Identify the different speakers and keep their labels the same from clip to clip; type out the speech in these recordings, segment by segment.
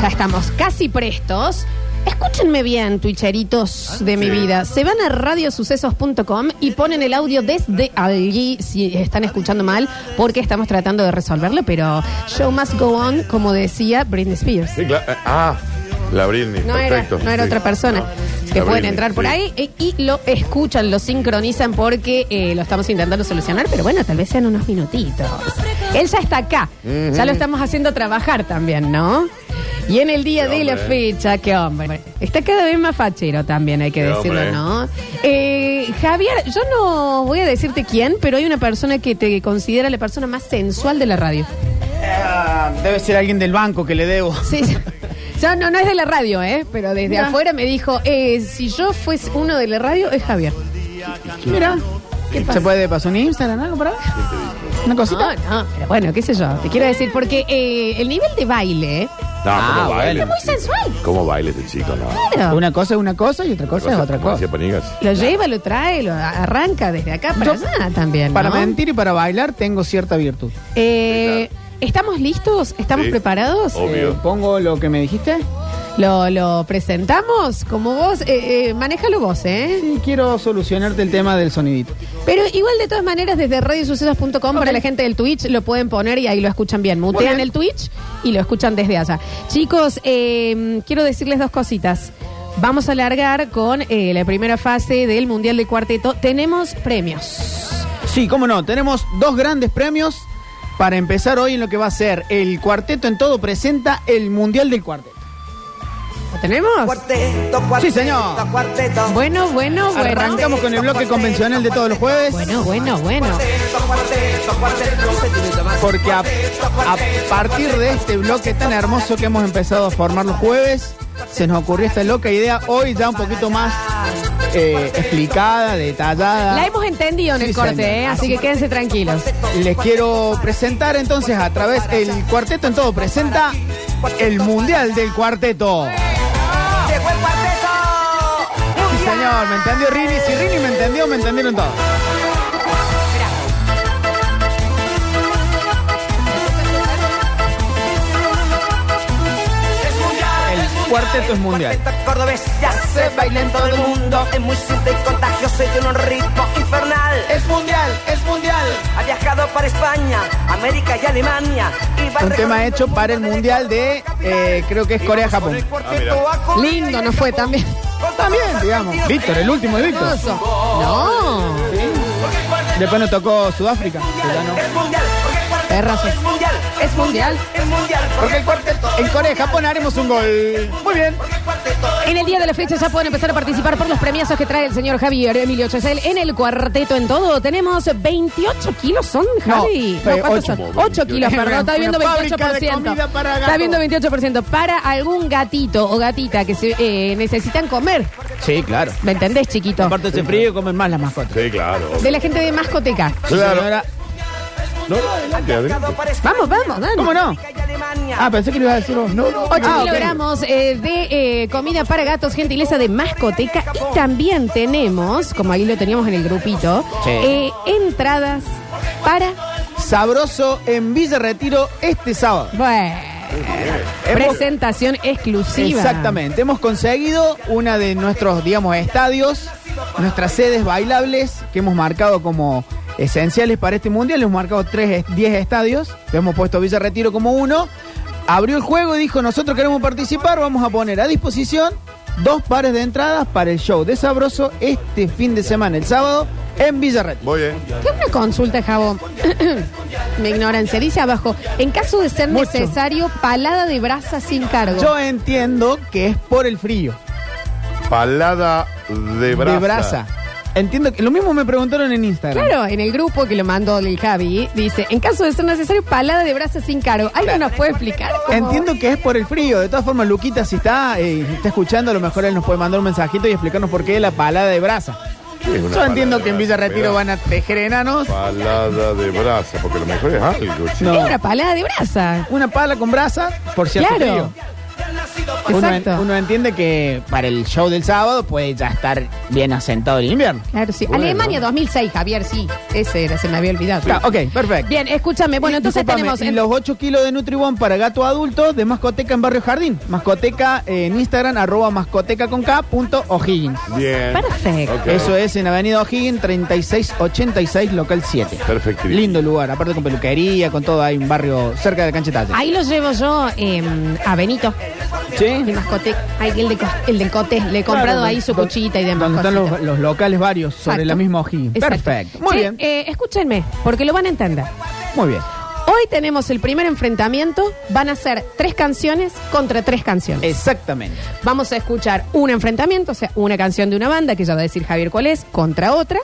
Speaker 1: ya estamos casi prestos. Escúchenme bien, twitcheritos de mi vida. Se van a radiosucesos.com y ponen el audio desde allí si están escuchando mal, porque estamos tratando de resolverlo, pero show must go on, como decía Britney Spears.
Speaker 2: Sí, claro. Ah, la Britney,
Speaker 1: No era,
Speaker 2: perfecto.
Speaker 1: no era
Speaker 2: sí.
Speaker 1: otra persona.
Speaker 2: No.
Speaker 1: Que
Speaker 2: La
Speaker 1: pueden
Speaker 2: Britney,
Speaker 1: entrar por
Speaker 2: sí.
Speaker 1: ahí eh, y lo escuchan, lo sincronizan porque eh, lo estamos intentando solucionar, pero bueno, tal vez sean unos minutitos. Él ya está acá,
Speaker 2: Ujú.
Speaker 1: ya lo estamos haciendo trabajar también, ¿no? Y en el día
Speaker 2: Qué
Speaker 1: de la
Speaker 2: hombre.
Speaker 1: fecha, qué hombre. Está cada vez más fachero también, hay que
Speaker 2: Qué
Speaker 1: decirlo,
Speaker 2: hombre.
Speaker 1: ¿no? Eh, Javier, yo no voy a decirte quién, pero hay una persona que te considera la persona más sensual de la radio.
Speaker 3: Ah, Debe ser alguien del banco que le debo.
Speaker 1: Sí, sí. Ya no, no es de la radio, ¿eh? Pero desde
Speaker 3: Mira.
Speaker 1: afuera me dijo, eh, si yo fuese uno de la radio, es Javier.
Speaker 3: Mira,
Speaker 1: ¿Qué pasa? Ah,
Speaker 3: ¿se puede pasar un Instagram algo para ver? ¿Una
Speaker 1: No,
Speaker 3: cosita?
Speaker 1: no, pero bueno, qué sé yo. Te quiero decir, porque eh, el nivel de baile, ¿eh?
Speaker 2: No, ¿cómo
Speaker 3: Ah, bueno.
Speaker 2: baila?
Speaker 3: Es
Speaker 1: muy sensual.
Speaker 2: ¿Cómo baile este chico? No.
Speaker 1: claro,
Speaker 3: Una cosa es una cosa y otra cosa es otra
Speaker 2: Como decía
Speaker 3: cosa.
Speaker 2: Panigas.
Speaker 1: lo lleva, lo trae, lo a- arranca desde acá para
Speaker 3: Yo-
Speaker 1: allá también. ¿no?
Speaker 3: Para mentir y para bailar tengo cierta virtud.
Speaker 1: Eh, ¿Estamos listos? ¿Estamos
Speaker 2: Sí.
Speaker 1: preparados?
Speaker 2: Oh. Obvio.
Speaker 3: Eh, pongo lo que me dijiste.
Speaker 1: ¿Lo, lo presentamos? Como vos, eh, eh, manejalo vos, ¿eh?
Speaker 3: Sí, quiero solucionarte el tema del sonidito.
Speaker 1: Pero igual de todas maneras desde radiosucesos.com para la gente del Twitch lo pueden poner y ahí lo escuchan bien. Mutean
Speaker 3: bien.
Speaker 1: el Twitch y lo escuchan desde allá. Chicos, eh, quiero decirles dos cositas. Vamos a alargar con eh, la primera fase del Mundial de Cuarteto. Tenemos premios.
Speaker 3: Sí, cómo no, tenemos dos grandes premios para empezar hoy en lo que va a ser el Cuarteto en Todo presenta el Mundial del Cuarteto.
Speaker 1: ¿Lo tenemos?
Speaker 4: Cuarteto, cuarteto,
Speaker 3: Sí, señor.
Speaker 4: Cuarteto,
Speaker 1: Bueno, bueno, bueno.
Speaker 3: Arrancamos con el bloque convencional de todos los jueves.
Speaker 1: Bueno, bueno, bueno.
Speaker 4: cuarteto, cuarteto, cuarteto, se tiene que llamar
Speaker 3: Porque a, a partir de este bloque tan hermoso que hemos empezado a formar los jueves, se nos ocurrió esta loca idea hoy ya un poquito más eh, explicada, detallada.
Speaker 1: La hemos entendido en
Speaker 3: Sí,
Speaker 1: el corte,
Speaker 3: señor.
Speaker 1: ¿eh? así que quédense tranquilos.
Speaker 3: Les quiero presentar entonces a través el cuarteto en todo presenta el Mundial del Cuarteto.
Speaker 4: Llegó el cuarteto.
Speaker 3: Sí, señor, me entendió Rini. Si Rini me entendió, me entendieron todos. El cuarteto es mundial.
Speaker 4: Cuarteto cordobés ya se baila en todo el mundo. Es muy simple y contagioso y tiene un ritmo infernal.
Speaker 3: Es mundial, es mundial.
Speaker 4: Ha viajado para España, América y Alemania. Y va
Speaker 3: Un tema
Speaker 4: recorriendo
Speaker 3: hecho para el mundial de, eh, creo que es Corea-Japón.
Speaker 4: el
Speaker 2: Ah,
Speaker 4: cuarteto a Corea y
Speaker 1: Lindo, no fue también.
Speaker 3: También, digamos. Víctor, el último de Víctor.
Speaker 1: No.
Speaker 3: Después nos tocó Sudáfrica. que ya no.
Speaker 4: Es mundial, porque el cuarteto
Speaker 1: Tenés razón.
Speaker 4: es mundial,
Speaker 1: Es mundial.
Speaker 4: es mundial,
Speaker 3: Porque el cuarteto, en Corea-Japón haremos un gol. Muy bien.
Speaker 1: En el día de la fecha ya pueden empezar a participar por los premiazos que trae el señor Javier Emilio Chesel en el cuarteto en todo. Tenemos 28 kilos, ¿son, Javi?
Speaker 3: No, eh,
Speaker 1: ¿cuántos
Speaker 3: ocho.
Speaker 1: son? 8 kilos, perdón, está viendo
Speaker 3: Una fábrica de
Speaker 1: 28%.
Speaker 3: comida para
Speaker 1: Está
Speaker 3: gatos.
Speaker 1: viendo 28%. Para algún gatito o gatita que se, eh, necesitan comer.
Speaker 3: Sí, claro.
Speaker 1: ¿Me entendés, chiquito?
Speaker 3: Aparte se frío y comen más las mascotas.
Speaker 2: Sí, claro.
Speaker 1: De la gente de Mascoteca.
Speaker 2: Claro.
Speaker 3: Señora,
Speaker 2: No, no, adelante, adelante.
Speaker 1: Vamos, vamos, vamos.
Speaker 3: ¿Cómo no? Ah, pensé que le iba a decir vos. No, ah,
Speaker 1: 8 kilogramos eh, de eh, comida para gatos, gentileza de mascoteca. Y también tenemos, como ahí lo teníamos en el grupito,
Speaker 3: Sí.
Speaker 1: eh, entradas para.
Speaker 3: Sabroso en Villa Retiro este sábado.
Speaker 1: Bueno, presentación exclusiva.
Speaker 3: Exactamente. Hemos conseguido una de nuestros, digamos, estadios, nuestras sedes bailables que hemos marcado como esenciales para este mundial. Hemos marcado 3, 10 estadios. Le hemos puesto Villa Retiro como uno. Abrió el juego y dijo, nosotros queremos participar, vamos a poner a disposición dos pares de entradas para el show de Sabroso este fin de semana, el sábado, en Villa Retiro.
Speaker 2: Muy bien.
Speaker 1: Tengo una consulta, Jabo. Mi ignorancia. Dice abajo: en caso de ser
Speaker 3: Mucho.
Speaker 1: necesario, palada de brasa sin cargo.
Speaker 3: Yo entiendo que es por el frío.
Speaker 2: Palada de brasa.
Speaker 3: De brasa. Entiendo que lo mismo me preguntaron en Instagram.
Speaker 1: Claro, en el grupo que lo mandó el Javi, dice: en caso de ser necesario, palada de brasa sin cargo. ¿Alguien
Speaker 3: Claro.
Speaker 1: nos puede explicar? cómo-
Speaker 3: Entiendo que es por el frío. De todas formas, Luquita, si está, eh, está escuchando, a lo mejor él nos puede mandar un mensajito y explicarnos por qué la palada de brasa.
Speaker 2: ¿Qué es una
Speaker 3: Yo
Speaker 2: palada
Speaker 3: entiendo
Speaker 2: de
Speaker 3: que en
Speaker 2: brasa?
Speaker 3: Villa Retiro
Speaker 2: Mirá.
Speaker 3: van a tejer enanos.
Speaker 2: Palada de brasa, porque lo mejor es algo. chico.
Speaker 1: Es
Speaker 3: No.
Speaker 1: una palada de brasa.
Speaker 3: Una pala con brasa, por si hace
Speaker 1: Claro.
Speaker 3: frío. Uno,
Speaker 1: Exacto.
Speaker 3: en- uno entiende que para el show del sábado puede ya estar bien asentado el invierno.
Speaker 1: Claro, sí.
Speaker 2: Bueno.
Speaker 1: Alemania 2006, Javier, sí. Ese era, se me había olvidado.
Speaker 3: Está, Ah, ok, perfecto.
Speaker 1: Bien, escúchame. Eh, Bueno, entonces
Speaker 3: Disculpame,
Speaker 1: tenemos.
Speaker 3: y los 8 kilos de Nutribón para gato adulto de Mascoteca en Barrio Jardín. Mascoteca eh, en Instagram, arroba mascoteca con K punto O'Higgins.
Speaker 2: Bien.
Speaker 1: Perfecto.
Speaker 2: Ok.
Speaker 3: Eso es en Avenida O'Higgins, 3686, local 7.
Speaker 2: Perfecto.
Speaker 3: Lindo lugar, aparte con peluquería, con todo, hay un barrio cerca de la cancha de Talleres.
Speaker 1: Ahí lo llevo yo eh, a Benito, mi
Speaker 3: Sí.
Speaker 1: mascote. Ay, el, de, cos- el del cote. Le he comprado
Speaker 3: Claro,
Speaker 1: ahí su
Speaker 3: don-
Speaker 1: cuchita y demás.
Speaker 3: Donde están
Speaker 1: cositas.
Speaker 3: los, los locales varios sobre
Speaker 1: Exacto.
Speaker 3: la misma O'Higgins.
Speaker 1: Exacto.
Speaker 3: Perfecto. Muy
Speaker 1: Che,
Speaker 3: bien,
Speaker 1: eh, escúchenme, porque lo van a entender.
Speaker 3: muy bien.
Speaker 1: Hoy tenemos el primer enfrentamiento. Van a ser tres canciones contra tres canciones.
Speaker 3: Exactamente.
Speaker 1: Vamos a escuchar un enfrentamiento, o sea, una canción de una banda, que ya va a decir Javier cuál es, contra otra.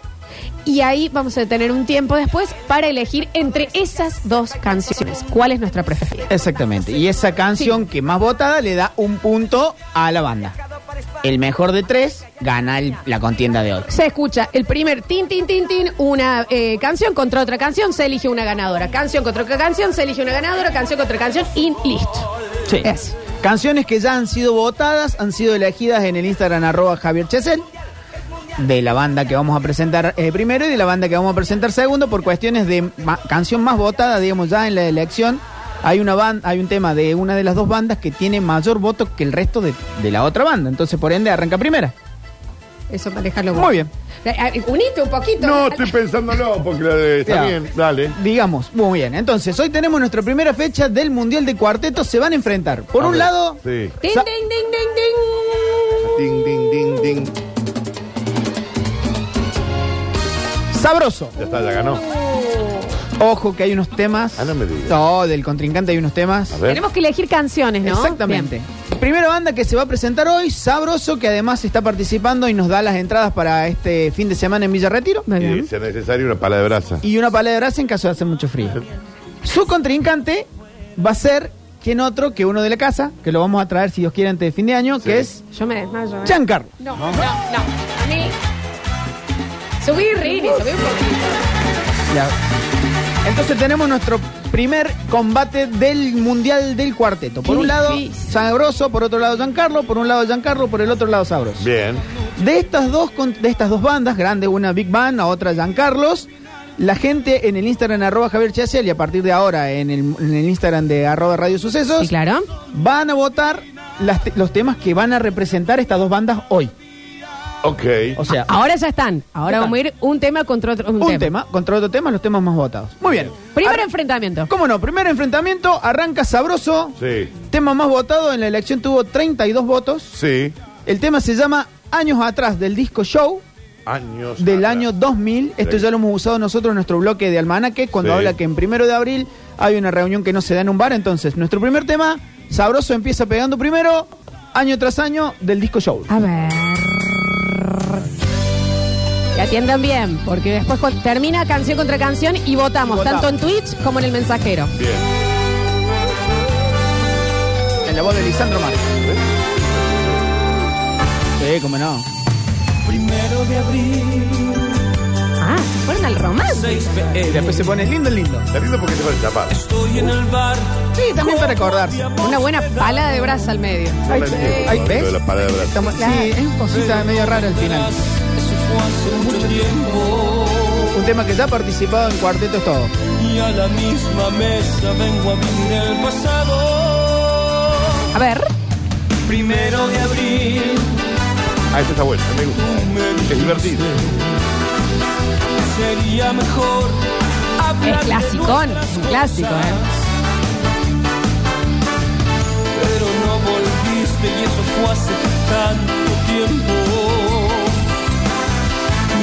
Speaker 1: Y ahí vamos a tener un tiempo después para elegir entre esas dos canciones. ¿Cuál es nuestra preferida?
Speaker 3: Exactamente. Y esa canción que más votada le da un punto a la banda. El mejor de tres gana el- la contienda de hoy.
Speaker 1: Se escucha el primer tin, tin, tin, tin, una eh, canción contra otra canción, se elige una ganadora. Canción contra otra canción, se elige una ganadora, canción contra canción y listo.
Speaker 3: Sí.
Speaker 1: Eso.
Speaker 3: Canciones que ya han sido votadas, han sido elegidas en el Instagram arroba Javier Chesel. De la banda que vamos a presentar eh, primero y de la banda que vamos a presentar segundo por cuestiones de ma- canción más votada, digamos, ya en la elección. Hay una ban- hay un tema de una de las dos bandas que tiene mayor voto que el resto de, de la otra banda. Entonces, por ende, arranca primera.
Speaker 1: Eso para dejarlo
Speaker 3: Muy
Speaker 1: vos.
Speaker 3: bien.
Speaker 1: Eh, eh, Unite un poquito.
Speaker 2: No, estoy pensándolo porque eh, está
Speaker 3: Ya.
Speaker 2: bien. Dale.
Speaker 3: Digamos, muy bien. Entonces, hoy tenemos nuestra primera fecha del Mundial de Cuartetos. Se van a enfrentar. Por
Speaker 2: A
Speaker 3: un
Speaker 2: ver,
Speaker 3: lado,
Speaker 2: Sí.
Speaker 1: Ding, ding, ding, ding, ding.
Speaker 2: Ding, ding, ding, ding.
Speaker 3: Sabroso.
Speaker 2: Ya está, ya ganó.
Speaker 1: Uh.
Speaker 3: Ojo que hay unos temas.
Speaker 2: Ah, no me digas.
Speaker 3: No, del contrincante hay unos temas.
Speaker 2: A ver.
Speaker 1: Tenemos que elegir canciones, ¿no?
Speaker 3: Exactamente.
Speaker 1: Bien.
Speaker 3: Primera banda que se va a presentar hoy, Sabroso, que además está participando y nos da las entradas para este fin de semana en Villa Retiro.
Speaker 1: Muy bien.
Speaker 2: Y sea necesario una pala de brasa.
Speaker 3: Y una pala de brasa en caso de hacer mucho frío. Su contrincante va a ser quien otro que uno de la casa, que lo vamos a traer si Dios quiere antes de fin de año, que es
Speaker 1: Yo me desmayo. ¿eh?
Speaker 3: Giancarlo.
Speaker 1: No, no, no. A mí. Subí, Rini, subí un poquito.
Speaker 3: Ya. Entonces tenemos nuestro primer combate del Mundial del Cuarteto. Por
Speaker 1: Qué
Speaker 3: un lado,
Speaker 1: difícil.
Speaker 3: Sabroso, por otro lado, Giancarlo, por un lado, Giancarlo, por el otro lado, Sabroso.
Speaker 2: Bien.
Speaker 3: De estas dos con- de estas dos bandas, grande una Big Band, la otra Giancarlos, la gente en el Instagram arroba Javier Chasiel y a partir de ahora en el, en el Instagram de arroba Radio Sucesos
Speaker 1: Sí, claro.
Speaker 3: van a votar las te- los temas que van a representar estas dos bandas hoy.
Speaker 2: Ok.
Speaker 3: O sea,
Speaker 1: Ahora ya están. Ahora
Speaker 3: Ya
Speaker 1: vamos a ir un tema contra otro. Ah, Un,
Speaker 3: un tema. contra otro tema, los temas más votados. Muy bien.
Speaker 1: Primer
Speaker 3: Arran-
Speaker 1: enfrentamiento.
Speaker 3: ¿Cómo no? Primer enfrentamiento, arranca sabroso.
Speaker 2: Sí.
Speaker 3: Tema más votado en la elección tuvo 32 votos.
Speaker 2: Sí.
Speaker 3: El tema se llama Años atrás del disco Show.
Speaker 2: Años.
Speaker 3: del
Speaker 2: atrás.
Speaker 3: año 2000. Esto
Speaker 2: Sí.
Speaker 3: ya lo hemos usado nosotros en nuestro bloque de almanaque, cuando
Speaker 2: Sí.
Speaker 3: habla que en primero de abril hay una reunión que no se da en un bar. Entonces, nuestro primer tema, Sabroso, empieza pegando primero, año tras año, del disco show.
Speaker 1: A ver. Que atiendan bien, porque después cu- termina canción contra canción y votamos,
Speaker 3: Y votamos.
Speaker 1: tanto en Twitch como en el mensajero.
Speaker 2: Bien.
Speaker 3: En la voz de Lisandro Márquez. Sí, cómo no.
Speaker 5: Primero de abril,
Speaker 1: Ah, se fueron al romance.
Speaker 5: 6
Speaker 3: Y
Speaker 5: pm.
Speaker 3: después se pone lindo, lindo.
Speaker 2: Está lindo porque se va a tapar.
Speaker 5: Estoy en el bar.
Speaker 3: Sí, también para acordarse.
Speaker 1: Una buena pala de brasa al medio.
Speaker 2: No la entiendo,
Speaker 3: ahí
Speaker 2: lo
Speaker 3: ves.
Speaker 2: de la pala de brasa.
Speaker 3: Estamos- Sí, es cosita medio rara al final.
Speaker 5: Eso fue hace mucho tiempo.
Speaker 3: Un tema que ya ha participado en cuarteto es todo.
Speaker 5: Y a la misma mesa vengo a vivir el pasado.
Speaker 1: A ver.
Speaker 5: Primero de abril,
Speaker 2: Ah, esto está bueno. Me gusta. Es divertido.
Speaker 5: sería mejor hablar
Speaker 1: Es
Speaker 5: de
Speaker 1: clasicón,
Speaker 5: nuestras
Speaker 1: un clásico, ¿eh?
Speaker 5: cosas. Pero no volviste y eso fue hace tanto tiempo.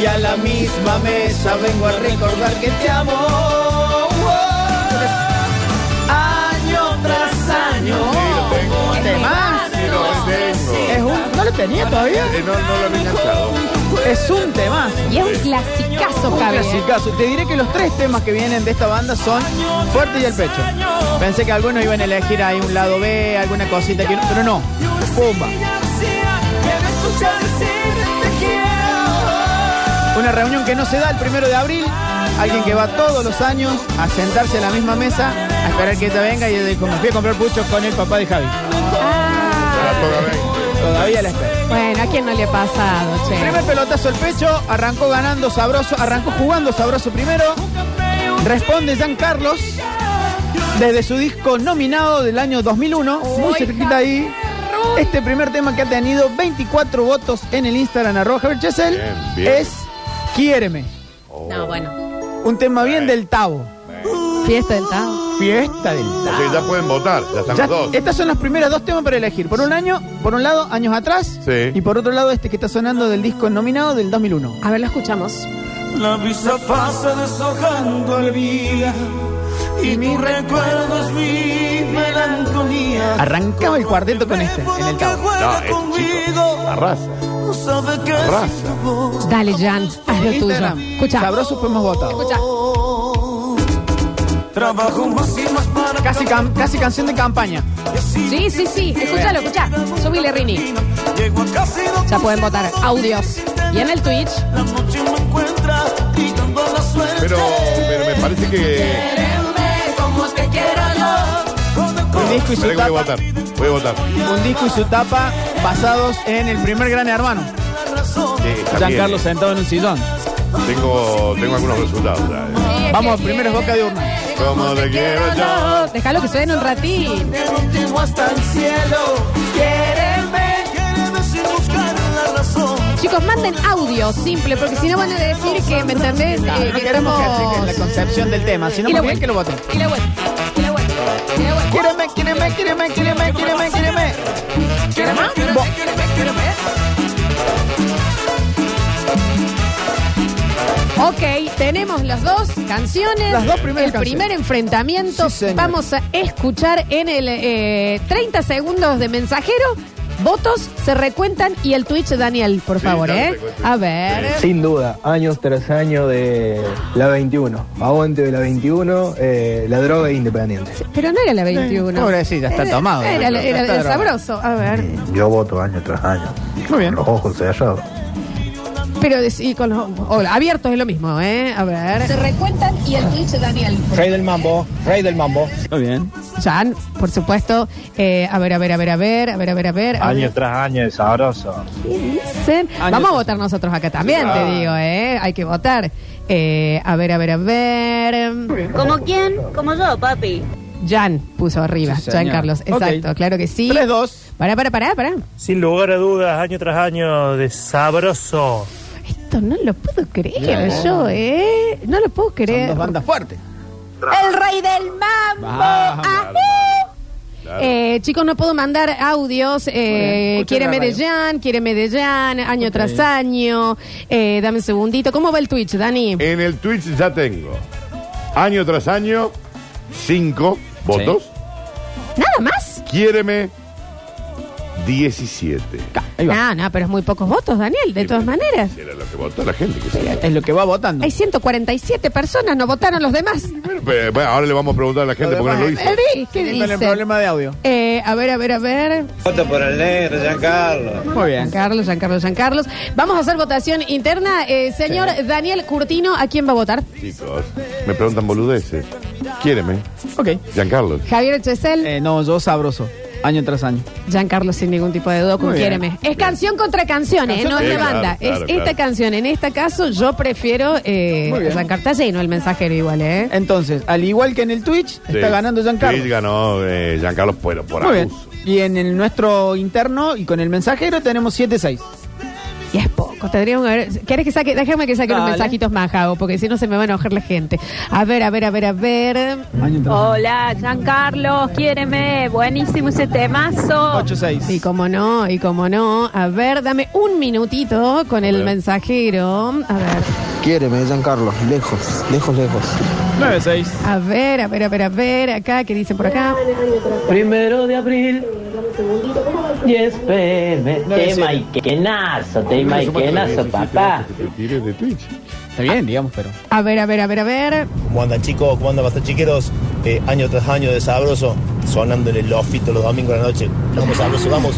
Speaker 3: Y a la misma mesa vengo a recordar que te amo. Año tras año. Temazo.
Speaker 2: Sí, lo tengo.
Speaker 3: Es un, ¿No lo tenía todavía?
Speaker 2: Eh, no, no lo había enganchado.
Speaker 3: Es un temazo.
Speaker 1: Y es un clasicazo,
Speaker 3: Un
Speaker 1: Javier.
Speaker 3: clasicazo. Te diré que los tres temas que vienen de esta banda son Fuerte y el Pecho. Pensé que algunos iban a elegir ahí un lado B, alguna cosita que no, pero no. Pumba. Una reunión que no se da el primero de abril. Alguien que va todos los años a sentarse a la misma mesa, a esperar que ella venga y desde como fui a comprar puchos con el papá de Javi.
Speaker 1: Ah,
Speaker 2: Está toda bien.
Speaker 3: Todavía la espera.
Speaker 1: Bueno, ¿a quién no le ha pasado,
Speaker 3: Primer
Speaker 1: che?
Speaker 3: pelotazo al pecho, arrancó ganando Sabroso, arrancó jugando Sabroso primero. Responde Jean Carlos desde su disco nominado del año 2001, muy cerquita ahí. Este primer tema que ha tenido 24 votos en el Instagram arroba Javier Chesel
Speaker 2: Bien, bien.
Speaker 3: es Quiéreme.
Speaker 2: Oh.
Speaker 1: No, bueno.
Speaker 3: Un tema bien del Tavo.
Speaker 1: Fiesta del Tao.
Speaker 3: Fiesta del Tavo.
Speaker 2: O sea, ya pueden votar, ya están
Speaker 3: Ya-
Speaker 2: los dos.
Speaker 3: estas son las primeras dos temas para elegir. Por un año, por un lado, años atrás.
Speaker 2: Sí.
Speaker 3: Y por otro lado, este que está sonando del disco nominado del 2001.
Speaker 1: A ver, lo escuchamos.
Speaker 5: La brisa pasa deshojando el día y mi recuerdo es mi melancolía.
Speaker 3: Arrancaba el cuarteto con este, en el Tavo.
Speaker 2: No, es chico. Arrasa.
Speaker 5: Sabe que
Speaker 2: Arrasa.
Speaker 5: sin tu voz
Speaker 1: Dale, Jan, haz lo tuyo.
Speaker 3: Instagram,
Speaker 1: Escucha.
Speaker 3: Sabroso fue más votado.
Speaker 1: Escucha.
Speaker 5: Trabajo más y más para
Speaker 3: Casi, cam- casi canción de campaña.
Speaker 1: Sí, sí, sí. Escúchalo, escucha. Subile, Rini.
Speaker 5: Llego a casa y no
Speaker 1: Ya pueden votar audios. Y en el Twitch.
Speaker 5: La noche me encuentra gritando la suerte.
Speaker 2: Pero, pero me parece que.
Speaker 3: Un disco y
Speaker 2: Me
Speaker 3: su
Speaker 2: voy a
Speaker 3: tapa.
Speaker 2: votar. Voy a votar.
Speaker 3: Un disco y su tapa basados en el primer gran hermano.
Speaker 2: Sí, está bien.
Speaker 3: Giancarlo sentado en un sillón.
Speaker 2: Tengo, tengo algunos resultados. ya, eh.
Speaker 3: Vamos, primero es boca de urna.
Speaker 2: Como te quiero yo.
Speaker 1: Déjalo que suene un ratín.
Speaker 5: Llego hasta el cielo. Quiéreme, quiéreme sin buscar la razón.
Speaker 1: Chicos, manden audio simple, porque si no van a decir que, ¿me entendés? Eh,
Speaker 3: No queremos que achiquen la concepción del tema, sino más bien
Speaker 1: vuelta.
Speaker 3: que lo voten.
Speaker 1: Y la vuelta. Y la vuelta. Y la vuelta.
Speaker 3: Quíreme, quíreme, quíreme, quíreme, quíreme, quíreme. Bo-
Speaker 1: Ok, tenemos las dos canciones.
Speaker 3: Las dos primeras
Speaker 1: El
Speaker 3: canciones.
Speaker 1: primer enfrentamiento.
Speaker 3: Sí, señor.
Speaker 1: Vamos a escuchar en el eh, 30 segundos de mensajero. Votos se recuentan y el Twitch, Daniel, por
Speaker 2: Sí,
Speaker 1: favor,
Speaker 2: ya
Speaker 1: ¿eh?
Speaker 2: se cuenta.
Speaker 1: A ver.
Speaker 6: Sin duda, años tras año de la 21. Aguante de la 21, eh, la droga e independiente.
Speaker 1: Pero no era la 21.
Speaker 3: Ahora sí, ya está tomado.
Speaker 1: Era, era,
Speaker 3: Ya está
Speaker 1: el
Speaker 3: drogado.
Speaker 1: sabroso. A ver.
Speaker 7: Yo voto año tras año.
Speaker 3: Muy bien.
Speaker 7: Los ojos cerrados.
Speaker 1: Pero de- sí, con los o abiertos es lo mismo, ¿eh? A ver. Se recuentan y el Twitch Daniel.
Speaker 6: Rey del mambo, rey del mambo.
Speaker 3: Muy bien.
Speaker 1: Jan, por supuesto. Eh, a ver, a ver, a ver, a ver, a ver, a ver, a ver. a ver.
Speaker 7: Año tras año es sabroso.
Speaker 1: Dicen- Vamos a votar nosotros acá también, te digo, ¿eh? Hay que votar. Eh, a ver, a ver, a ver.
Speaker 8: ¿Como quién? Como yo, papi.
Speaker 1: Jan puso arriba,
Speaker 3: Sí, señor.
Speaker 1: Jan Carlos.
Speaker 3: Ok.
Speaker 1: Exacto, claro que sí.
Speaker 3: 3-2.
Speaker 1: Pará, pará, pará, pará.
Speaker 9: Sin lugar a dudas, año tras año de sabroso.
Speaker 1: Esto no lo puedo creer yo, ¿eh? No lo puedo
Speaker 3: Son
Speaker 1: creer.
Speaker 3: dos bandas fuertes.
Speaker 8: El rey del mambo.
Speaker 3: Vamos.
Speaker 2: Claro.
Speaker 1: Eh, chicos, no puedo mandar audios. Eh,
Speaker 3: Escuchen
Speaker 1: quiere
Speaker 3: la radio.
Speaker 1: Medellín, quiere Medellín, año tras año. Eh, dame un segundito. ¿Cómo va el Twitch, Dani?
Speaker 3: Eh.
Speaker 2: En el Twitch ya tengo. Año tras año, cinco votos.
Speaker 1: ¿Nada más?
Speaker 2: Quiéreme, 17.
Speaker 3: Ahí va.
Speaker 1: No, no, pero es muy pocos votos, Daniel, de todas maneras.
Speaker 2: Era lo que votó la gente. que se-
Speaker 3: Es lo que va votando.
Speaker 1: Hay 147 personas, no votaron los demás.
Speaker 2: Bueno, pero, bueno, ahora le vamos a preguntar a la gente
Speaker 3: Lo
Speaker 2: por qué no lo
Speaker 3: demás
Speaker 2: hizo.
Speaker 1: Eh, vi, ¿Qué
Speaker 3: Con el
Speaker 1: dice?
Speaker 3: problema de audio.
Speaker 1: Eh, a ver, a ver, a ver.
Speaker 6: Voto por el negro, Giancarlo.
Speaker 3: Muy bien.
Speaker 1: Carlos, San Carlos, San Carlos. Vamos a hacer votación interna. Eh, señor Daniel Curtino, ¿a quién va a votar?
Speaker 2: Chicos, me preguntan boludeces. Quiéreme,
Speaker 3: Ok.
Speaker 2: Giancarlo.
Speaker 1: Javier Chesel.
Speaker 3: Eh, no, yo sabroso. Año tras año.
Speaker 1: Giancarlo sin ningún tipo de duda con
Speaker 3: Muy bien.
Speaker 1: Quiéreme. Es canción contra canción, ¿eh? no es
Speaker 2: Sí,
Speaker 1: de
Speaker 2: claro,
Speaker 1: banda.
Speaker 2: claro,
Speaker 1: es
Speaker 2: claro.
Speaker 1: esta canción. En este caso, yo prefiero eh,
Speaker 3: Muy bien.
Speaker 1: Giancarlo y no el mensajero igual, ¿eh?
Speaker 3: Entonces, al igual que en el Twitch, está ganando
Speaker 2: Sí,
Speaker 3: Giancarlo.
Speaker 2: ganó eh, Giancarlo pero por
Speaker 3: Muy bien.
Speaker 2: abuso.
Speaker 3: Y en el nuestro interno y con el mensajero tenemos 7-6.
Speaker 1: Y es poco. Tendríamos que haber- ¿Querés que saque? Déjame que saque unos
Speaker 3: Dale.
Speaker 1: mensajitos más, Javo, porque si no se me va a enojar la gente. A ver, a ver, a ver, a ver.
Speaker 3: Año tras año.
Speaker 8: Hola, Giancarlo, quiéreme. Buenísimo ese temazo.
Speaker 3: 8-6.
Speaker 1: Y como no, y como no. A ver, dame un minutito con el
Speaker 2: ver.
Speaker 1: mensajero. A ver,
Speaker 6: Quiéreme, Giancarlo, lejos, lejos, lejos.
Speaker 3: 9-6.
Speaker 1: a ver, a ver, a ver, a ver. Acá, ¿qué dicen por acá?
Speaker 10: Primero de abril. 10 pm.
Speaker 3: No decir.
Speaker 10: Te maiquenazo, te maiquenazo, papá.
Speaker 2: Que te tire de Twitch.
Speaker 3: Está bien, digamos, pero.
Speaker 1: A ver, a ver, a ver, a ver.
Speaker 11: ¿Cómo andan chicos? ¿Cómo andan bastante chiqueros? Eh, año tras año de sabroso, sonándole el lofito los domingos a la noche. Vamos sabroso, vamos.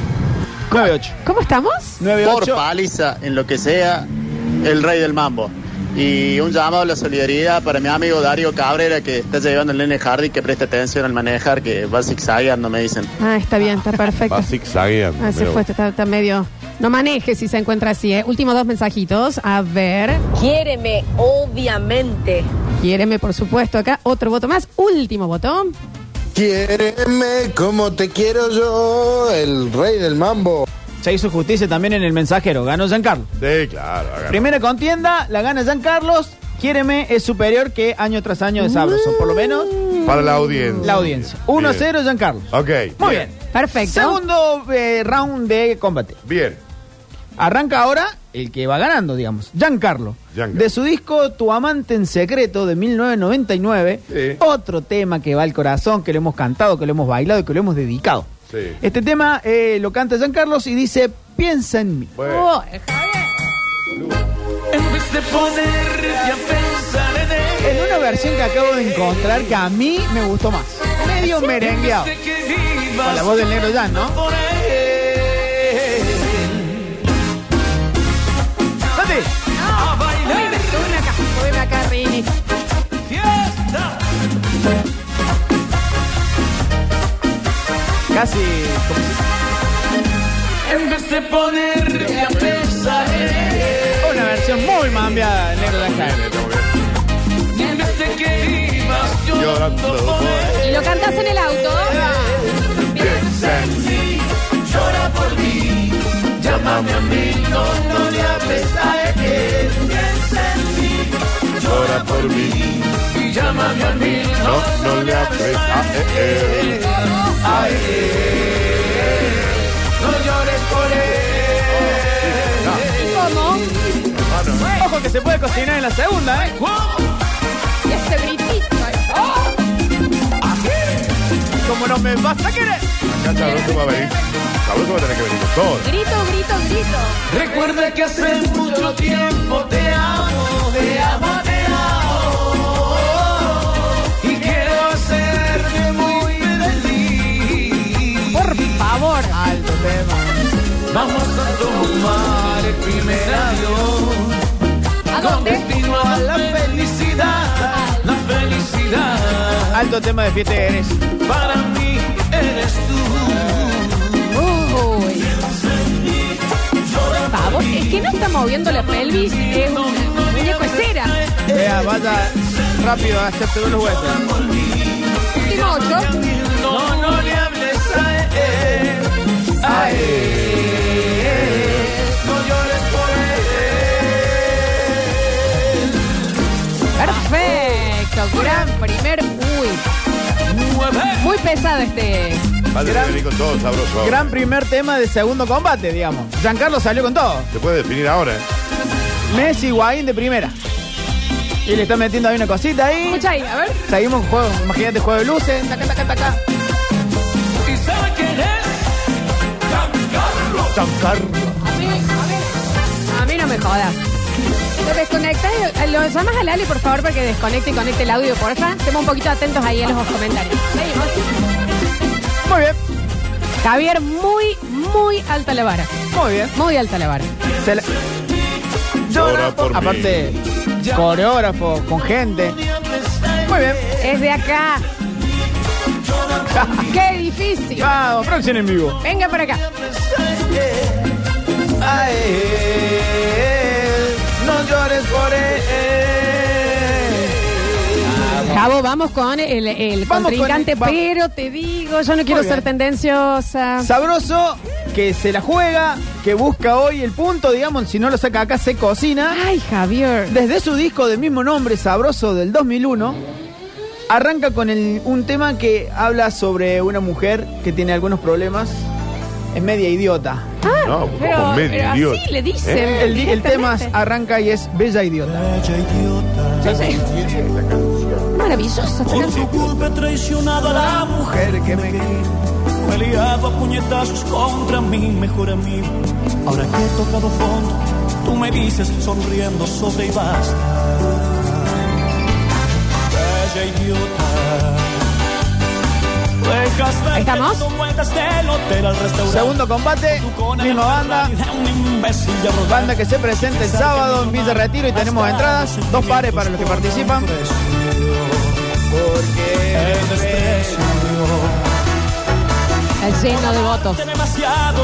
Speaker 3: 9-8.
Speaker 1: ¿Cómo estamos?
Speaker 3: 9-8.
Speaker 6: paliza, en lo que sea, el rey del mambo.
Speaker 12: Y un llamado a la solidaridad para mi amigo Darío Cabrera, que está llevando el nene Hardy, que preste atención al manejar, que va zigzagueando, me dicen.
Speaker 1: Ah, está bien, está perfecto.
Speaker 2: Va zigzagueando.
Speaker 1: Ah, se
Speaker 2: pero
Speaker 1: fue, está, está medio. No maneje si se encuentra así, ¿eh? Últimos dos mensajitos. A ver.
Speaker 13: Quiéreme, obviamente.
Speaker 1: Quiéreme, por supuesto, acá. Otro voto más. Último voto.
Speaker 14: Quiéreme como te quiero yo, el rey del mambo.
Speaker 3: Se hizo justicia también en el mensajero. Ganó Giancarlo.
Speaker 2: Sí, claro. ganó.
Speaker 3: Primera contienda, la gana Giancarlos. Quiéreme es superior que año tras año de Sabroso. Por lo menos
Speaker 2: Para la audiencia.
Speaker 3: la audiencia. 1 a
Speaker 2: Bien. Ah,
Speaker 3: 0 Giancarlos.
Speaker 2: Ok.
Speaker 3: Muy bien.
Speaker 1: Perfecto.
Speaker 3: Segundo eh, round de combate.
Speaker 2: Bien.
Speaker 3: Arranca ahora el que va ganando, digamos. Giancarlo.
Speaker 2: Giancarlo.
Speaker 3: De su disco Tu amante en secreto de 1999.
Speaker 2: Sí.
Speaker 3: Otro tema que va al corazón, que lo hemos cantado, que lo hemos bailado y que lo hemos dedicado.
Speaker 2: Sí.
Speaker 3: Este tema eh, lo canta Giancarlos y dice, piensa en mí.
Speaker 2: Bueno.
Speaker 1: Oh,
Speaker 5: En vez de ponerte a pensar en él.
Speaker 3: En una versión que acabo de encontrar que a mí me gustó más. Medio merengueado.
Speaker 5: Sé que vivas
Speaker 3: Con la voz del negro ya, ¿no?
Speaker 5: por él.
Speaker 3: ¡Date!
Speaker 5: A bailar
Speaker 1: Ven acá, ven acá, Rini.
Speaker 5: fiesta.
Speaker 3: Casi.
Speaker 5: En vez de ponerte a pensar en él.
Speaker 3: Una versión muy mambiada del negro Dan Carlos.
Speaker 5: En vez de que vivas llorando
Speaker 2: Llorando
Speaker 5: por
Speaker 2: por
Speaker 5: él.
Speaker 1: Y lo cantas en el auto.
Speaker 5: Piensa en mí, llora por mí, llámame a mí, no, no le hables a él. Piensa en mí,
Speaker 2: Llora por mí.
Speaker 5: y llámame a mí,
Speaker 2: No, no le hables a él.
Speaker 5: a él. No llores por él.
Speaker 1: ¿Cómo?
Speaker 3: Ojo que se puede cocinar en la segunda, ¿eh?
Speaker 1: Y ese gritito. ¡Oh!
Speaker 3: Como no me vas a querer.
Speaker 2: Acá Sabroso va a venir. Sabroso va a tener que venir con todo.
Speaker 13: Grito, grito, grito.
Speaker 5: Recuerda que hace mucho tiempo te amo, te amo, te amo. Y quiero hacerte muy feliz.
Speaker 3: Por favor. Alto tema.
Speaker 5: Vamos a tomar el primer avión.
Speaker 1: ¿A
Speaker 5: Con
Speaker 1: dónde?
Speaker 5: destino a la felicidad, la felicidad.
Speaker 3: Alto tema de fiesta de Eres.
Speaker 5: Para mí eres tú.
Speaker 1: Uy. Por favor, es que no está moviendo la pelvis. Es un muñeco de cera.
Speaker 3: Vea, vaya rápido a hacerte ver los huesos.
Speaker 1: Último ocho.
Speaker 5: No, no le hables a él, a él. No llores por él.
Speaker 1: Perfecto. Gran primer. Uy.
Speaker 5: Mueve.
Speaker 1: Muy pesado este.
Speaker 2: Va a tener que venir con todo, Sabroso. ahora.
Speaker 3: Gran primer tema de segundo combate, digamos. Giancarlo salió con todo.
Speaker 2: Se puede definir ahora. ¿eh?
Speaker 3: Messi Higuaín de primera. Y le está metiendo ahí una cosita ahí.
Speaker 1: Escucha ahí, a ver.
Speaker 3: Seguimos con juego, imagínate juego de luces, taca, taca, taca.
Speaker 5: ¿Y sabe quién es? Giancarlo.
Speaker 1: A mí, a mí- a mí no me jodas. Lo desconectas, lo llamas a Lali, por favor, para que desconecte y conecte el audio, porfa. Estemos un poquito atentos ahí en los comentarios. Seguimos.
Speaker 3: Muy bien,
Speaker 1: Javier, muy, muy alta la vara.
Speaker 3: muy bien.
Speaker 1: Muy alta la vara.
Speaker 3: Se la-
Speaker 2: Llora por mí.
Speaker 3: Aparte, coreógrafo, con gente. Muy bien.
Speaker 1: Es de acá. Qué difícil.
Speaker 3: Vamos, producción en vivo.
Speaker 1: Venga para acá.
Speaker 5: A él. eh, No llores por él.
Speaker 1: Javo, vamos con el, el
Speaker 3: Vamos con
Speaker 1: contrincante,
Speaker 3: el- va-
Speaker 1: pero te digo, yo no quiero
Speaker 3: bien.
Speaker 1: ser tendenciosa.
Speaker 3: Sabroso, que se la juega, que busca hoy el punto, digamos, si no lo saca acá se cocina.
Speaker 1: Ay, Javier.
Speaker 3: Desde su disco de mismo nombre, Sabroso, del 2001, arranca con el- un tema que habla sobre una mujer que tiene algunos problemas. Es media idiota.
Speaker 2: no,
Speaker 1: Ah, pero-
Speaker 2: como medio
Speaker 1: pero así
Speaker 2: idiota.
Speaker 1: le dicen.
Speaker 2: ¿Eh?
Speaker 3: El, di- el tema
Speaker 1: Directamente.
Speaker 3: arranca y es Bella Idiota.
Speaker 1: Maravilloso.
Speaker 5: Por tu culpa he traicionado a la mujer que me quería. Peleaba puñetazos contra mi mejor amigo. Ahora que he tocado fondo, tú me dices sonriendo sobre y basta. Vaya idiota. Deja
Speaker 1: ¿Estamos?
Speaker 3: Segundo combate, misma banda. Banda que se presenta el sábado en Villa Retiro y tenemos entradas, dos pares para los que participan.
Speaker 1: Está lleno de votos.
Speaker 3: Por amarte demasiado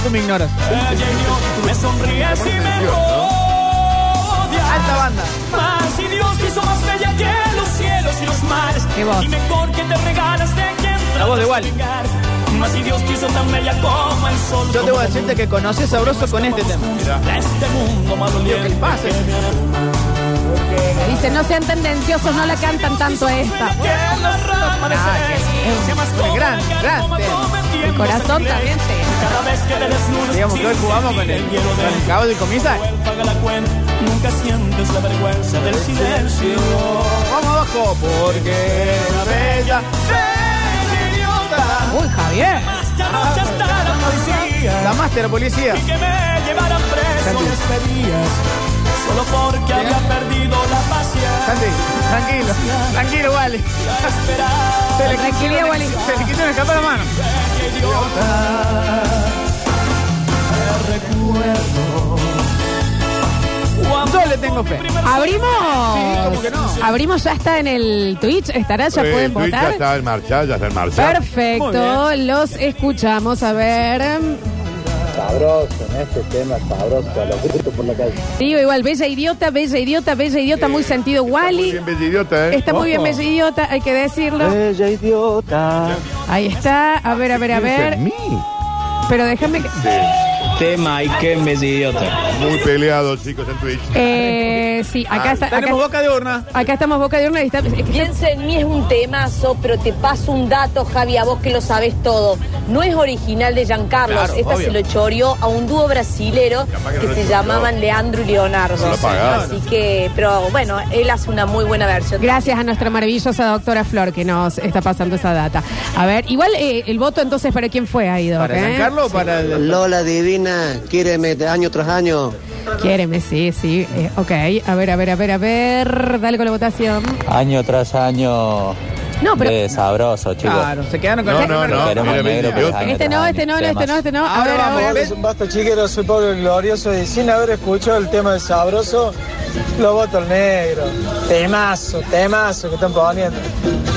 Speaker 3: tú me ignoras.
Speaker 5: Me sonríes y me rodeas.
Speaker 3: Alta banda.
Speaker 5: Más si Dios te hizo más bella que los cielos y los mares.
Speaker 3: Qué voz.
Speaker 5: Y mejor que te regalas de quien
Speaker 3: La voz de
Speaker 5: tratas
Speaker 3: Wally.
Speaker 5: negar. Más si Dios te hizo tan bella como el sol.
Speaker 3: Yo te
Speaker 5: como
Speaker 3: voy a
Speaker 5: la
Speaker 3: decirte que conocí a Sabroso con este tema.
Speaker 5: luna. Este mundo maloliente
Speaker 3: ¿Qué pasa?
Speaker 1: Dice, no sean tendenciosos, no la cantan tanto a esta.
Speaker 3: Gran, gran tema.
Speaker 1: El corazón también se...
Speaker 5: Cada vez que te desnudas,
Speaker 3: Digamos que hoy jugamos con el, con el caballo del comisario.
Speaker 5: paga la cuenta. Nunca sientes la vergüenza del silencio.
Speaker 3: Vamos abajo, porque una bella, bella idiota.
Speaker 1: Uy, Javier.
Speaker 5: Esta
Speaker 9: Ah,
Speaker 5: noche está la policía.
Speaker 3: La máster policía.
Speaker 5: Y que me llevaran preso
Speaker 3: Santi.
Speaker 5: les pedías. Solo porque había perdido la paciencia.
Speaker 3: Santi, tranquilo, tranquilo, Wally.
Speaker 5: a esperar.
Speaker 3: Se le
Speaker 1: Tranquilidad, Wally.
Speaker 3: Se le quisieron escapar la mano.
Speaker 5: Qué idiota. Te recuerdo. Cuando
Speaker 3: Yo le tengo fe. Sí, ¿cómo que
Speaker 1: Abrimos.
Speaker 3: no?
Speaker 1: Abrimos, ya está en el Twitch. Estará, ya
Speaker 2: Eh,
Speaker 1: pueden
Speaker 2: el Twitch ya
Speaker 1: votar.
Speaker 2: está en marcha, ya está en marcha.
Speaker 1: Perfecto, los escuchamos. A ver.
Speaker 7: Sabroso, en este tema sabroso, a los gritos por la calle.
Speaker 1: Digo igual, bella idiota, bella idiota, bella idiota, muy sentido
Speaker 2: Muy
Speaker 1: Wally.
Speaker 2: bien, bella idiota, ¿eh?
Speaker 1: Está muy bien, bella idiota, hay que decirlo.
Speaker 6: Ella idiota.
Speaker 1: Ahí está. A ver, a ver, a
Speaker 2: Piensa
Speaker 1: ver.
Speaker 2: en mí.
Speaker 1: Pero déjame que.
Speaker 11: Este Tema y que me idiota.
Speaker 2: Muy peleado, chicos, en Twitch.
Speaker 1: Eh, sí, acá está. Acá,
Speaker 3: Tenemos boca de urna.
Speaker 1: acá estamos boca de urna y está. es que está-
Speaker 13: Piensa en mí es un temazo, pero te paso un dato, Javi, a vos que lo sabes todo. No es original de Giancarlos,
Speaker 3: Claro,
Speaker 13: esta
Speaker 3: obvio.
Speaker 13: se lo choreó a un dúo brasilero
Speaker 2: Capaz que
Speaker 13: que,
Speaker 2: no lo
Speaker 13: se
Speaker 2: choreó.
Speaker 13: llamaban Leandro y
Speaker 2: No
Speaker 13: Leonardo.
Speaker 2: lo pagaron.
Speaker 13: Así que, pero bueno, él hace una muy buena versión.
Speaker 1: Gracias a nuestra maravillosa doctora Flor que nos está pasando esa data. A ver, igual eh, el voto entonces para quién fue, eh? Aido.
Speaker 3: ¿Para Giancarlo o para el-
Speaker 10: Lola divina, quíreme de año tras año.
Speaker 1: Quiéreme, sí, sí. eh, ok, a ver, a ver, a ver, a ver. Dale con la votación.
Speaker 10: Año tras año.
Speaker 1: No, pero- Ah,
Speaker 10: de sabroso, chicos.
Speaker 3: Claro, se quedaron con
Speaker 2: No,
Speaker 3: el
Speaker 2: no,
Speaker 3: primer
Speaker 2: no.
Speaker 3: gol.
Speaker 10: Pero
Speaker 2: mira,
Speaker 10: más negro
Speaker 2: mira,
Speaker 10: que
Speaker 2: yo-
Speaker 10: el año
Speaker 1: Este
Speaker 10: tras
Speaker 1: no,
Speaker 10: año,
Speaker 1: este no, este no,
Speaker 10: temas.
Speaker 1: este no. A
Speaker 3: Ahora
Speaker 1: ver, a
Speaker 3: vamos,
Speaker 1: ver.
Speaker 3: ¿ves?
Speaker 7: Basta chiquero, soy Pablo Glorioso y sin haber escuchado el tema de Sabroso, lo voto al negro. Temazo, temazo que están poniendo.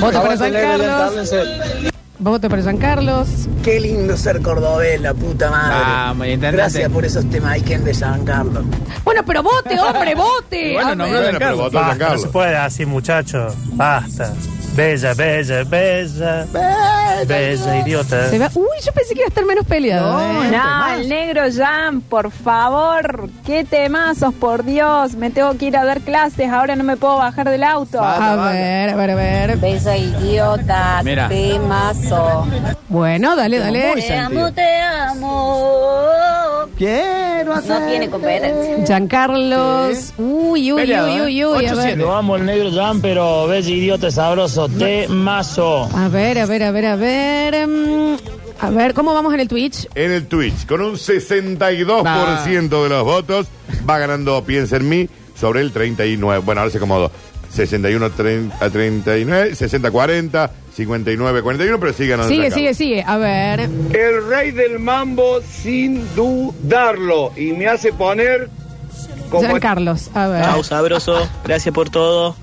Speaker 1: Voto para
Speaker 7: Aguante
Speaker 1: San
Speaker 7: el negro, Ian
Speaker 1: Carlos.
Speaker 7: Tarlense.
Speaker 1: Voto para San Carlos.
Speaker 4: Qué lindo ser cordobés, la puta madre.
Speaker 3: Vamos, intendente.
Speaker 4: Gracias por esos temas de San Carlos.
Speaker 1: Bueno, pero vote, hombre, vote.
Speaker 3: Bueno,
Speaker 1: A ver.
Speaker 2: Bueno,
Speaker 3: nombró
Speaker 2: pero
Speaker 3: Giancarlo.
Speaker 2: votó
Speaker 9: Basta, no se
Speaker 2: Giancarlo.
Speaker 9: puede así, muchachos. Basta. Bella, bella, bella. Bella, idiota.
Speaker 1: Se va- Uy, yo pensé que iba a estar menos peleado. ¿eh?
Speaker 8: No, el negro Jam, por favor. Qué temazos, por Dios. Me tengo que ir a dar clases. Ahora no me puedo bajar del auto.
Speaker 3: Va.
Speaker 1: A ver, a ver, a ver.
Speaker 13: Bella idiota,
Speaker 3: Mira.
Speaker 13: temazo.
Speaker 1: Bueno, dale,
Speaker 3: Muy
Speaker 1: dale.
Speaker 3: sentido.
Speaker 13: te amo.
Speaker 3: Quiero hacer.
Speaker 13: No tiene cooperación.
Speaker 1: Giancarlos. Uy, uy,
Speaker 3: Peleado,
Speaker 1: uy,
Speaker 3: ¿eh?
Speaker 1: uy, uy. A ver.
Speaker 3: 8-7.
Speaker 11: Lo amo el negro Jan, pero bella idiota sabroso, temazo.
Speaker 1: A ver, a ver, a ver, a ver. mm, A ver, ¿cómo vamos en el Twitch?
Speaker 2: En el Twitch, con un 62% de los votos, va ganando Piensa en mí sobre el 39. Bueno, ahora se acomodó. 61 30, a 39, 60 40, 59 41, pero sigue ganando.
Speaker 1: Sigue,
Speaker 2: Giancarlo.
Speaker 1: sigue, sigue. A ver.
Speaker 15: El rey del mambo sin dudarlo y me hace poner como
Speaker 1: Giancarlos. A ver.
Speaker 11: Chau, sabroso. Gracias por todo.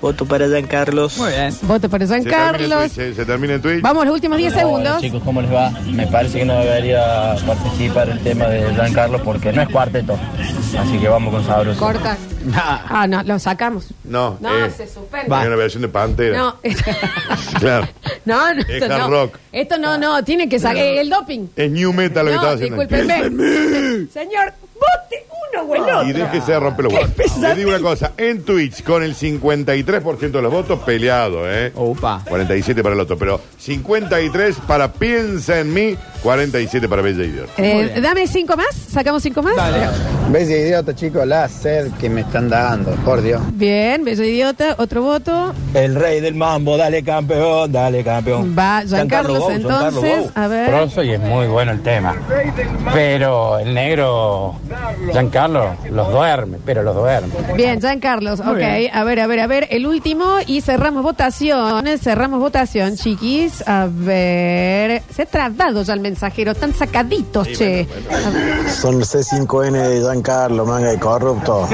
Speaker 11: Voto para Jan Carlos.
Speaker 3: Muy bien.
Speaker 1: Voto para
Speaker 2: Se termina el
Speaker 1: Giancarlos.
Speaker 2: Twitch, eh, se termina el Twitch.
Speaker 1: Vamos, los últimos 10
Speaker 11: Hola,
Speaker 1: segundos.
Speaker 11: chicos, ¿cómo les va? Me parece que no debería participar el tema de Jan Carlos porque no es cuarteto. Así que vamos con sabroso.
Speaker 1: Corta. Ah, no, lo sacamos.
Speaker 2: No,
Speaker 1: No,
Speaker 2: eh,
Speaker 1: se suspende.
Speaker 2: Hay una versión de Pantera.
Speaker 1: No.
Speaker 2: Claro.
Speaker 1: no, no, esto
Speaker 2: Es hard
Speaker 1: no.
Speaker 2: rock.
Speaker 1: Esto no, no, tiene que sacar el doping.
Speaker 2: Es New Metal lo que
Speaker 1: No,
Speaker 2: estaba haciendo.
Speaker 1: discúlpenme. Señor, vote uno o el otro.
Speaker 2: Ah, Y déjese de romper los
Speaker 1: Qué
Speaker 2: huevos.
Speaker 1: pesante.
Speaker 2: Le digo una cosa, en Twitch con el 53% de los votos peleado, ¿eh?
Speaker 3: Opa.
Speaker 2: 47 para el otro, pero 53 para Piensa en mí, 47 para Bella Idiota.
Speaker 1: Eh, dame cinco más, sacamos cinco más.
Speaker 7: Bella idiota, chicos, la sed que me están dando, por Dios.
Speaker 1: Bien, bello idiota, otro voto.
Speaker 7: El rey del mambo, dale campeón, dale campeón.
Speaker 1: Va Giancarlo,
Speaker 7: Gou, Giancarlo
Speaker 1: entonces,
Speaker 7: Gou.
Speaker 1: a ver.
Speaker 5: Grosso y es muy bueno el tema. Pero el negro, Giancarlo, los duerme, pero los duerme.
Speaker 1: Bien, Giancarlo, ok.
Speaker 5: bien.
Speaker 1: A ver, a ver, a ver. El último y cerramos votación. Cerramos votación, chiquis. A ver. Se ha tardado ya el mensajero. Están sacaditos, che.
Speaker 11: Son los C5N de Giancarlo, manga de corrupto.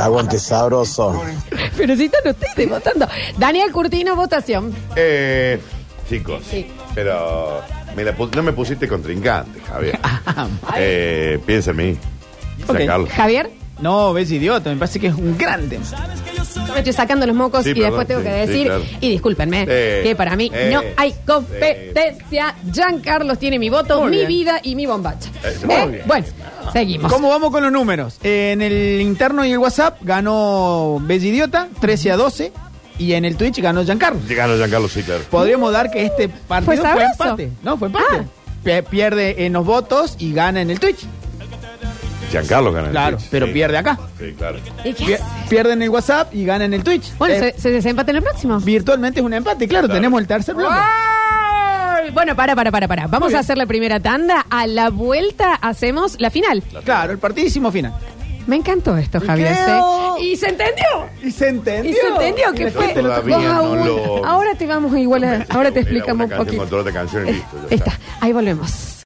Speaker 11: Aguante sabroso.
Speaker 1: Pero si están ustedes votando. Daniel Curtino, votación.
Speaker 2: Eh, chicos,
Speaker 1: Sí.
Speaker 2: pero me la pu- no me pusiste contrincante, Javier. eh, piensa en mí.
Speaker 3: Ok.
Speaker 2: Sacarlo.
Speaker 1: Javier,
Speaker 3: No, ves idiota, me parece que es un gran tema.
Speaker 1: yo me estoy sacando los mocos
Speaker 3: Sí,
Speaker 1: y
Speaker 3: perdón,
Speaker 1: después tengo
Speaker 3: sí,
Speaker 1: que
Speaker 3: sí,
Speaker 1: decir.
Speaker 3: claro.
Speaker 1: Y discúlpenme,
Speaker 3: Eh,
Speaker 1: que para mí
Speaker 3: eh,
Speaker 1: no hay competencia. Giancarlo tiene mi voto,
Speaker 3: Muy
Speaker 1: mi
Speaker 3: bien.
Speaker 1: vida y mi bombacha.
Speaker 3: muy
Speaker 1: Eh,
Speaker 3: bien.
Speaker 1: Bueno, seguimos.
Speaker 3: ¿Cómo vamos con los números? Eh, en el interno y el WhatsApp ganó Bellidiota, 13 a 12. Y en el Twitch ganó Giancarlo.
Speaker 2: Llegaron Giancarlo, sí, claro.
Speaker 3: Podríamos dar que este partido fue,
Speaker 1: sabroso? Ah.
Speaker 3: empate. No, fue empate. Pe- Pierde en los votos y gana en el Twitch.
Speaker 2: Giancarlo gana. el
Speaker 3: Claro,
Speaker 2: Twitch,
Speaker 3: pero
Speaker 2: sí.
Speaker 3: pierde acá.
Speaker 2: Sí, claro.
Speaker 1: ¿Y qué
Speaker 3: Pier- Pierde en el WhatsApp y gana en el Twitch.
Speaker 1: Bueno,
Speaker 3: Eh,
Speaker 1: se, se desempata en el próximo.
Speaker 3: Virtualmente es un empate, claro, tenemos el tercer bloque.
Speaker 1: ¡Ay! Bueno, para, para, para, para. Vamos
Speaker 3: Muy
Speaker 1: a
Speaker 3: bien.
Speaker 1: hacer la primera tanda. A la vuelta hacemos la final.
Speaker 3: Claro, el partidísimo final.
Speaker 1: Me encantó esto, Javier.
Speaker 3: creo-
Speaker 1: ¿sí? Y se entendió.
Speaker 3: Y se entendió.
Speaker 1: Y se entendió que
Speaker 2: Yo
Speaker 1: fue.
Speaker 2: todavía
Speaker 1: dos a
Speaker 2: no
Speaker 1: uno.
Speaker 2: lo-
Speaker 1: eh, Ahora te vamos a igualar. Ahora te
Speaker 2: Era una
Speaker 1: explicamos un
Speaker 2: canción
Speaker 1: poquito.
Speaker 2: con toda la canción y listo, ya
Speaker 1: Ahí está. Ahí volvemos.